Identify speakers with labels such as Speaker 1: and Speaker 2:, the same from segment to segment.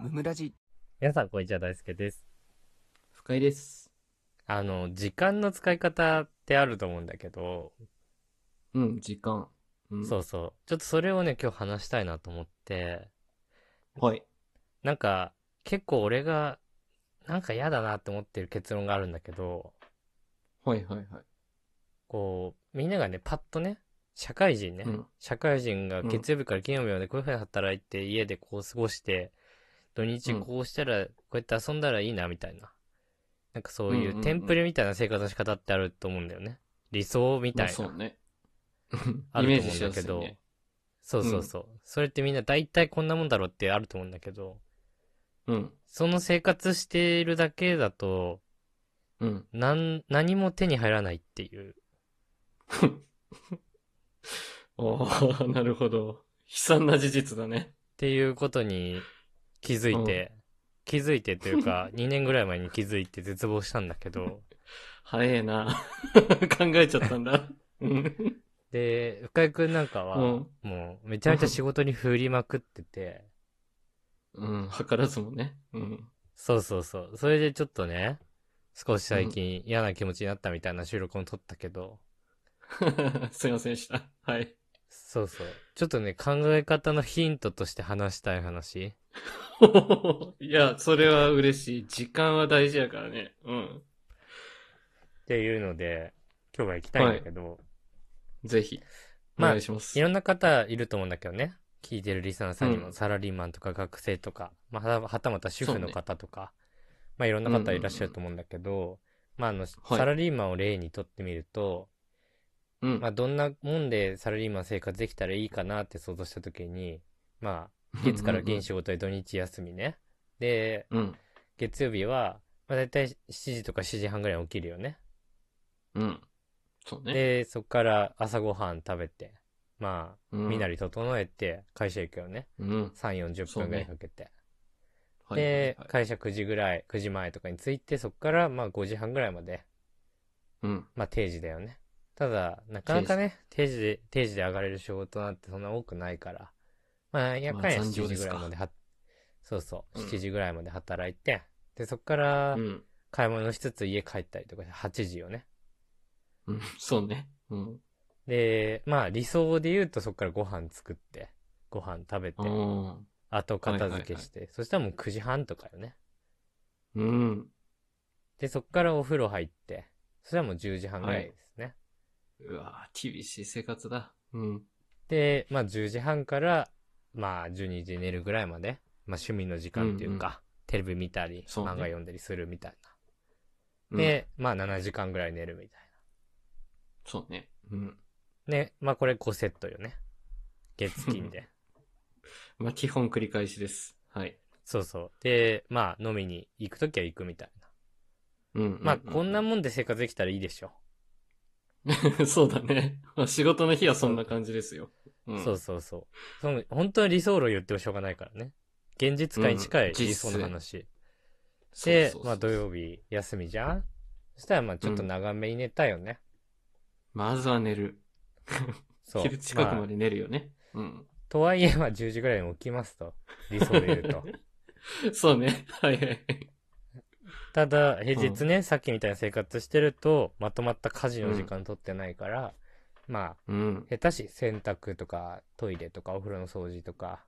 Speaker 1: ムムラジ
Speaker 2: 皆さん、こんにちは。大輔です。
Speaker 3: 深井です。
Speaker 2: あの、時間の使い方ってあると思うんだけど、
Speaker 3: うん、時間。うん、
Speaker 2: そうそう。ちょっとそれをね、今日話したいなと思って、
Speaker 3: はい。
Speaker 2: なんか、結構俺が、なんか嫌だなって思ってる結論があるんだけど、
Speaker 3: はいはいはい。
Speaker 2: こう、みんながね、パッとね、社会人ね、
Speaker 3: うん
Speaker 2: 社会人が月曜日から金曜日までこういうふうに働いて、家でこう過ごして、土日こうしたら、こうやって遊んだらいいな、みたいな。なんかそうい
Speaker 3: んうんう
Speaker 2: ううんテンプレみたいな生活の仕方ってあると思うんだよね。理想みたい
Speaker 3: まあ
Speaker 2: な。
Speaker 3: そうね。
Speaker 2: あ
Speaker 3: イメ
Speaker 2: る
Speaker 3: ージ
Speaker 2: と思うん
Speaker 3: し
Speaker 2: だ
Speaker 3: やすい
Speaker 2: けど、
Speaker 3: ね。
Speaker 2: そうそうそう、それってみんな大体こんなもんだろうってあると思うんだけど、
Speaker 3: うん。
Speaker 2: その生活しているだけだと、
Speaker 3: うん。
Speaker 2: なん、何も手に入らないっていう。
Speaker 3: おーなるほど。悲惨な事実だね。
Speaker 2: っていうことに気づいて、気づいてというか、2年ぐらい前に気づいて絶望したんだけど、
Speaker 3: 早えな。考えちゃったんだ。うん。
Speaker 2: で、深井くんなんかは、
Speaker 3: うん
Speaker 2: もうめちゃめちゃ仕事に振りまくってて、
Speaker 3: うん。図らずもね。うん。
Speaker 2: そうそうそう。それでちょっとね、少し最近嫌な気持ちになったみたいな収録も撮ったけど、
Speaker 3: すいませんでした。はい。
Speaker 2: そうそう。ちょっとね、考え方のヒントとして話したい話。
Speaker 3: いや、それは嬉しい。時間は大事やからね。うん。
Speaker 2: っていうので、今日は行きたいんだけど、
Speaker 3: ぜひ。お
Speaker 2: まあ
Speaker 3: 願いします。
Speaker 2: いろんな方いると思うんだけどね。聞いてるリスナーさんにも、
Speaker 3: うん
Speaker 2: サラリーマンとか学生とか、まあ、ははたまた主婦の方とか、まあいろんな
Speaker 3: うんうん
Speaker 2: 方
Speaker 3: うん
Speaker 2: いらっしゃると思うんだけど、まああの、サラリーマンを例にとってみると、
Speaker 3: うん
Speaker 2: まあどんなもんでサラリーマン生活できたらいいかなって想像した時に、まあ、月から
Speaker 3: うんうんう
Speaker 2: 銀
Speaker 3: ん
Speaker 2: 仕事で土日休みね。で、
Speaker 3: うん。
Speaker 2: 月曜日は、まあ、大体7時とか7時半ぐらいに起きるよね。
Speaker 3: うん。そうね。
Speaker 2: で、そこから朝ごはん食べて、まあ、
Speaker 3: み
Speaker 2: 身な。り整えて会社行くよね。
Speaker 3: うん。
Speaker 2: 3、40
Speaker 3: そうね
Speaker 2: 分ぐらいかけて。
Speaker 3: はい
Speaker 2: で、
Speaker 3: はいはい
Speaker 2: 会社9時ぐらい、9時前とかに着いて、そこからまあ5時半ぐらいまで、
Speaker 3: うん。
Speaker 2: まあ定時だよね。ただ、なかなかね、定時で、定時で上がれる仕事なんてそんな多くないから、まあ、やっぱり
Speaker 3: まあ残
Speaker 2: 7
Speaker 3: 業
Speaker 2: 時
Speaker 3: で
Speaker 2: ぐ
Speaker 3: す
Speaker 2: ら
Speaker 3: か
Speaker 2: いまでは、そうそう、
Speaker 3: うん
Speaker 2: 7時ぐらいまで働いて、で、そこから
Speaker 3: うん。
Speaker 2: 買い物しつつ家帰ったりとかして、8時よね。
Speaker 3: うん そうね。うん。
Speaker 2: で、まあ理想で言うとそこからご飯作って、ご飯食べて、
Speaker 3: うん。
Speaker 2: 後片付けして、そしたらもう9時半とかよね。
Speaker 3: うん。
Speaker 2: で、そこからお風呂入って、そしたらもう10時半ぐらいですね。
Speaker 3: うわぁ、厳しい生活だ。うん。
Speaker 2: で、まあ10時半から、まあ12時寝るぐらいまで、まあ趣味の時間っていうか、
Speaker 3: うん
Speaker 2: テレビ見たり、
Speaker 3: そう
Speaker 2: 漫
Speaker 3: ね
Speaker 2: 画読んだりするみたいな。、で、まあ7時間ぐらい寝るみたい
Speaker 3: そうね。うん。
Speaker 2: な。ね、まあこれ5セットよね。月金 で。
Speaker 3: まあ、基本繰り返しです。はい。
Speaker 2: そうそう。で、まあ飲みに行くときは行くみたいな。
Speaker 3: うん。
Speaker 2: まあこんな
Speaker 3: も
Speaker 2: もんで生活できたらいいでしょ。
Speaker 3: ん。 そうだね。まあ仕事の日はそんな感じですよ。うん。
Speaker 2: そうそうそう。その本当に理想論言ってもしょうがないからね。現実界に近
Speaker 3: う
Speaker 2: い
Speaker 3: ん実
Speaker 2: 理想の
Speaker 3: 践
Speaker 2: 話。
Speaker 3: そう
Speaker 2: で
Speaker 3: そうそう、
Speaker 2: まあ土曜日休みじゃんそしたらまあちょっと長めに寝たよね。
Speaker 3: まずは寝る。
Speaker 2: そう。
Speaker 3: 昼近くま
Speaker 2: あ
Speaker 3: で寝るよね。うん。
Speaker 2: とはいえまあ10時ぐらいに起きますと。理想で言う と。
Speaker 3: そうね。はいはい。
Speaker 2: ただ、平日ね、さっきみたいな生活してると、まとまった家事の時間取ってないから、ま
Speaker 3: うん
Speaker 2: あ、。下手し洗濯とかトイレとかお風呂の掃除とか、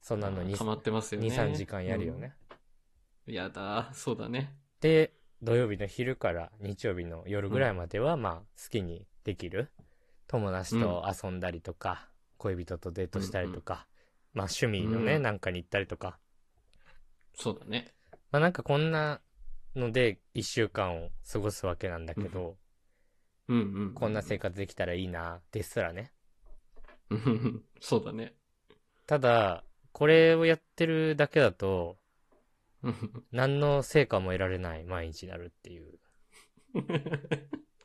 Speaker 2: そんなのに
Speaker 3: 溜
Speaker 2: 2、
Speaker 3: まってますよね。
Speaker 2: 3時間やるよね。
Speaker 3: うん。やだ、そうだね。
Speaker 2: で、土曜日の昼から日曜日の夜ぐらいまでは、まあ、好きにできる。友達と遊んだりとか、恋人とデートしたりとか、まあ、趣味のね、
Speaker 3: うん
Speaker 2: なんかに行ったりとか。
Speaker 3: そうだね。
Speaker 2: まあ、なんかこんなので、一週間を過ごすわけなんだけど、
Speaker 3: うんうん。
Speaker 2: こんな生活できたらいいな、ですらね。
Speaker 3: 活。そうだね。
Speaker 2: ただ、これをやってるだけだと、
Speaker 3: うん
Speaker 2: 何の成果も得られない毎日になるっていう。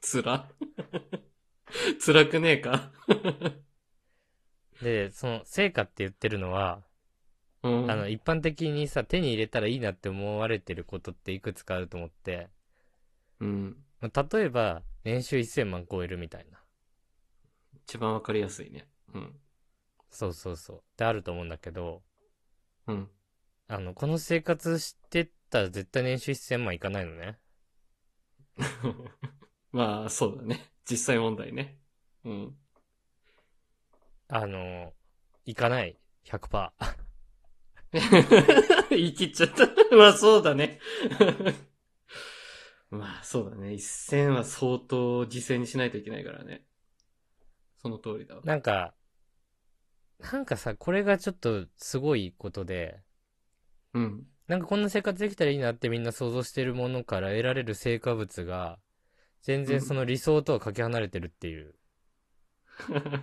Speaker 3: つら。つらくねえか
Speaker 2: で、その成果って言ってるのは、
Speaker 3: うん。
Speaker 2: あの、一般的にさ、手に入れたらいいなって思われてることっていくつかあると思って、
Speaker 3: うん。
Speaker 2: まあ例えば、年収1000万超えるみたいな。
Speaker 3: 一番わかりやすいね。うん。
Speaker 2: そうそうそう。ってあると思うんだけど、
Speaker 3: うん。
Speaker 2: あの、この生活してったら絶対年収1000万いかないのね。
Speaker 3: まあ、そうだね。実際問題ね。うん。
Speaker 2: あの、いかない。100%。
Speaker 3: 言い切っちゃった。まあ、そうだね。 まあ、そうだね。一戦は相当犠牲にしないといけないからね。その通りだわ。
Speaker 2: なんか、なんかさ、これがちょっとすごいことで、
Speaker 3: うん。
Speaker 2: なんかこんな生活できたらいいなってみんな想像してるものから得られる成果物が、全然その理想とはかけ離れてるっていう。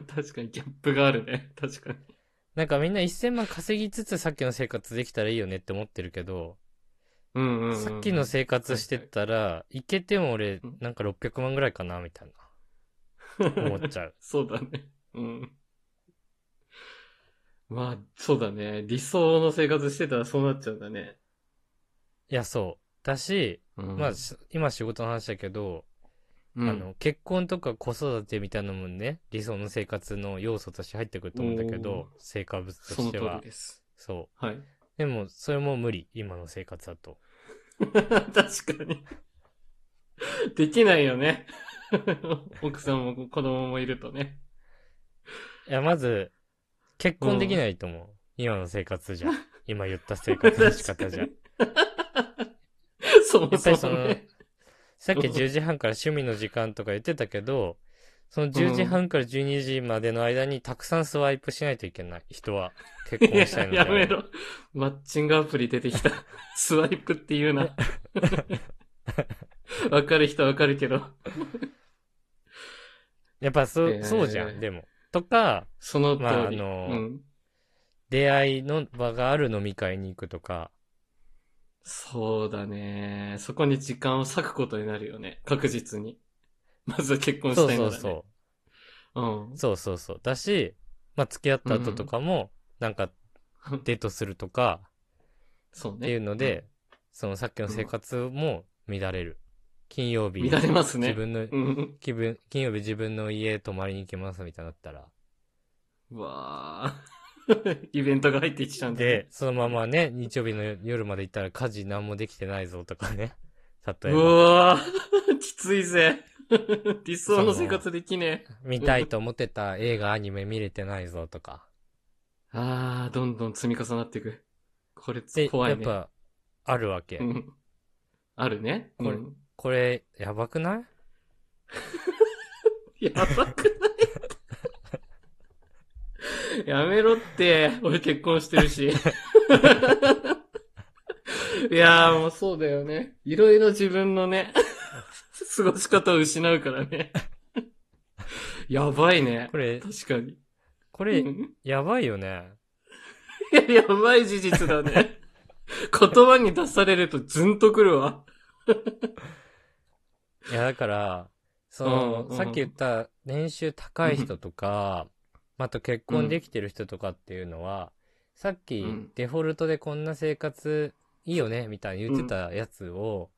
Speaker 3: 確かにギャップがあるね。確かに。
Speaker 2: なんかみんな1000万稼ぎつつさっきの生活できたらいいよねって思ってるけど、
Speaker 3: うんうん、うん。
Speaker 2: さっきの生活してたら、いけても俺
Speaker 3: うん。
Speaker 2: なんか600万ぐらいかなみたいな思っちゃう
Speaker 3: そうだね。うん。まあ、そうだね。理想の生活してたらそうなっちゃうんだね。
Speaker 2: いや、そう。だし、
Speaker 3: うん
Speaker 2: まあ、し今仕事の話だけど、
Speaker 3: うん、
Speaker 2: あの、結婚とか子育てみたいなのもね、理想の生活の要素として入ってくると思うんだけ
Speaker 3: おー
Speaker 2: ど、成果物と
Speaker 3: その
Speaker 2: して
Speaker 3: 通
Speaker 2: は
Speaker 3: り。です。
Speaker 2: そう。
Speaker 3: はい。
Speaker 2: でも、それも無理。今の生活だと。
Speaker 3: 確かに。できないよね。 奥さんも子供もいるとね。
Speaker 2: いや、まず、結婚できないと思う。今の生活じゃ。今言った生活の仕方じゃ。
Speaker 3: 確かにそも
Speaker 2: やっぱりそ
Speaker 3: そも
Speaker 2: の
Speaker 3: ね。
Speaker 2: さっき10時半から趣味の時間とか言ってたけど、その10時半から12時までの間にたくさんスワイプしないといけない人は結婚したいのであ
Speaker 3: や
Speaker 2: れば
Speaker 3: めろ。マッチングアプリ出てきた。スワイプって言う な。わかる人はわかるけど。
Speaker 2: やっぱそ,、
Speaker 3: えー
Speaker 2: そうじゃん、でも。とか、
Speaker 3: その通り。
Speaker 2: まああの
Speaker 3: うん、
Speaker 2: 出会いの場がある飲み会に行くとか、
Speaker 3: そうだね。そこに時間を割くことになるよね。確実に。 まずは結婚
Speaker 2: そ
Speaker 3: し
Speaker 2: う
Speaker 3: たい
Speaker 2: そ
Speaker 3: の
Speaker 2: う
Speaker 3: だね。
Speaker 2: そうう。そうそうそう。だし、まあ付き合った後とかも、なんか
Speaker 3: ん。
Speaker 2: デートするとか
Speaker 3: そうね。
Speaker 2: っていうので、そのさっきの生活も乱れる。金曜
Speaker 3: う
Speaker 2: 日
Speaker 3: ん、、乱れますね。
Speaker 2: 自分の、
Speaker 3: うん。
Speaker 2: 気分、金曜日自分の家泊まりに行きますみたいになったら。
Speaker 3: うわあ。 イベントが入ってきちゃうんだね
Speaker 2: で、、そのままね、日曜日の夜まで行ったら家事何もできてないぞとかね。例え
Speaker 3: う
Speaker 2: ば、
Speaker 3: わあ。 きついぜ。理想の生活できねえ。
Speaker 2: 見たいと思ってた映画、アニメ見れてないぞとか。
Speaker 3: ああ、どんどん積み重なっていく。これ
Speaker 2: で、
Speaker 3: 怖
Speaker 2: や
Speaker 3: い
Speaker 2: っ
Speaker 3: ね。
Speaker 2: ぱ、あるわけ。
Speaker 3: うん。あるね。
Speaker 2: これ
Speaker 3: うん
Speaker 2: これ、やばくない
Speaker 3: やばくないやめろって。俺結婚してるし。 いやーもうそうだよね。いろいろ自分のね、過ごし方を失うからね。やばいね
Speaker 2: こ。れ、
Speaker 3: 確かに。う
Speaker 2: これ、
Speaker 3: ん
Speaker 2: やばいよね。
Speaker 3: いややばい事実だね。言葉に出されるとズンとくるわ。
Speaker 2: いや、だから、その、
Speaker 3: うんうん
Speaker 2: さっき言った、年収高い人とか、また結婚できてる人とかっていうのは、さっき
Speaker 3: うん、
Speaker 2: デフォルトでこんな生活いいよね、みたいに言ってたやつを、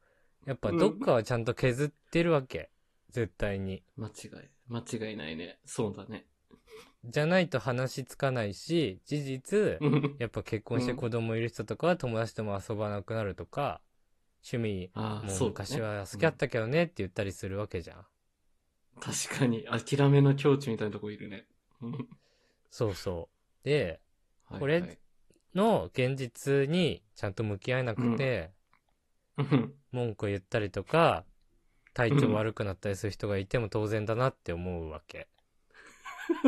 Speaker 2: やっぱ
Speaker 3: うん
Speaker 2: どっかはちゃんと削ってるわけ。絶対に。
Speaker 3: 間違い、間違いないね。そうだね。
Speaker 2: じゃないと話つかないし、事実、
Speaker 3: うん
Speaker 2: やっぱ結婚して
Speaker 3: うん
Speaker 2: 子供いる人とかは友達とも遊ばなくなるとか、趣味、
Speaker 3: ああ、
Speaker 2: もう
Speaker 3: そう、ね。
Speaker 2: 昔は好きだったけどねって言ったりするわけじゃん。
Speaker 3: 確かに、諦めの境地みたいなとこいるね。うん
Speaker 2: そうそう。で、これ
Speaker 3: はいはい
Speaker 2: の現実にちゃんと向き合えなくて、
Speaker 3: うん
Speaker 2: 文句言ったりとか、体調悪くなったりする人がいても当然だなって思うわけ。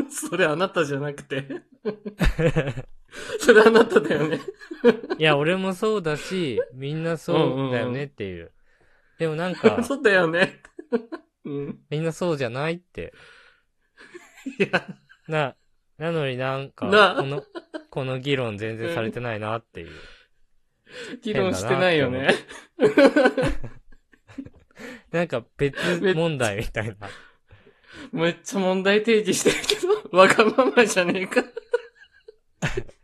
Speaker 3: それあなたじゃなく て。それあなただよね。、
Speaker 2: いや、俺もそうだ し、みんなそうだよねっていう。でもなんか
Speaker 3: そうだよね。うん。
Speaker 2: みんなそうじゃないって。
Speaker 3: いや、
Speaker 2: な、なのになんか、
Speaker 3: な
Speaker 2: この、この議論全然されてないなって いう。
Speaker 3: 議論してないよね。
Speaker 2: なんか別問題みたいな。
Speaker 3: めっちゃ問題提起してるけど、わがままじゃねえか。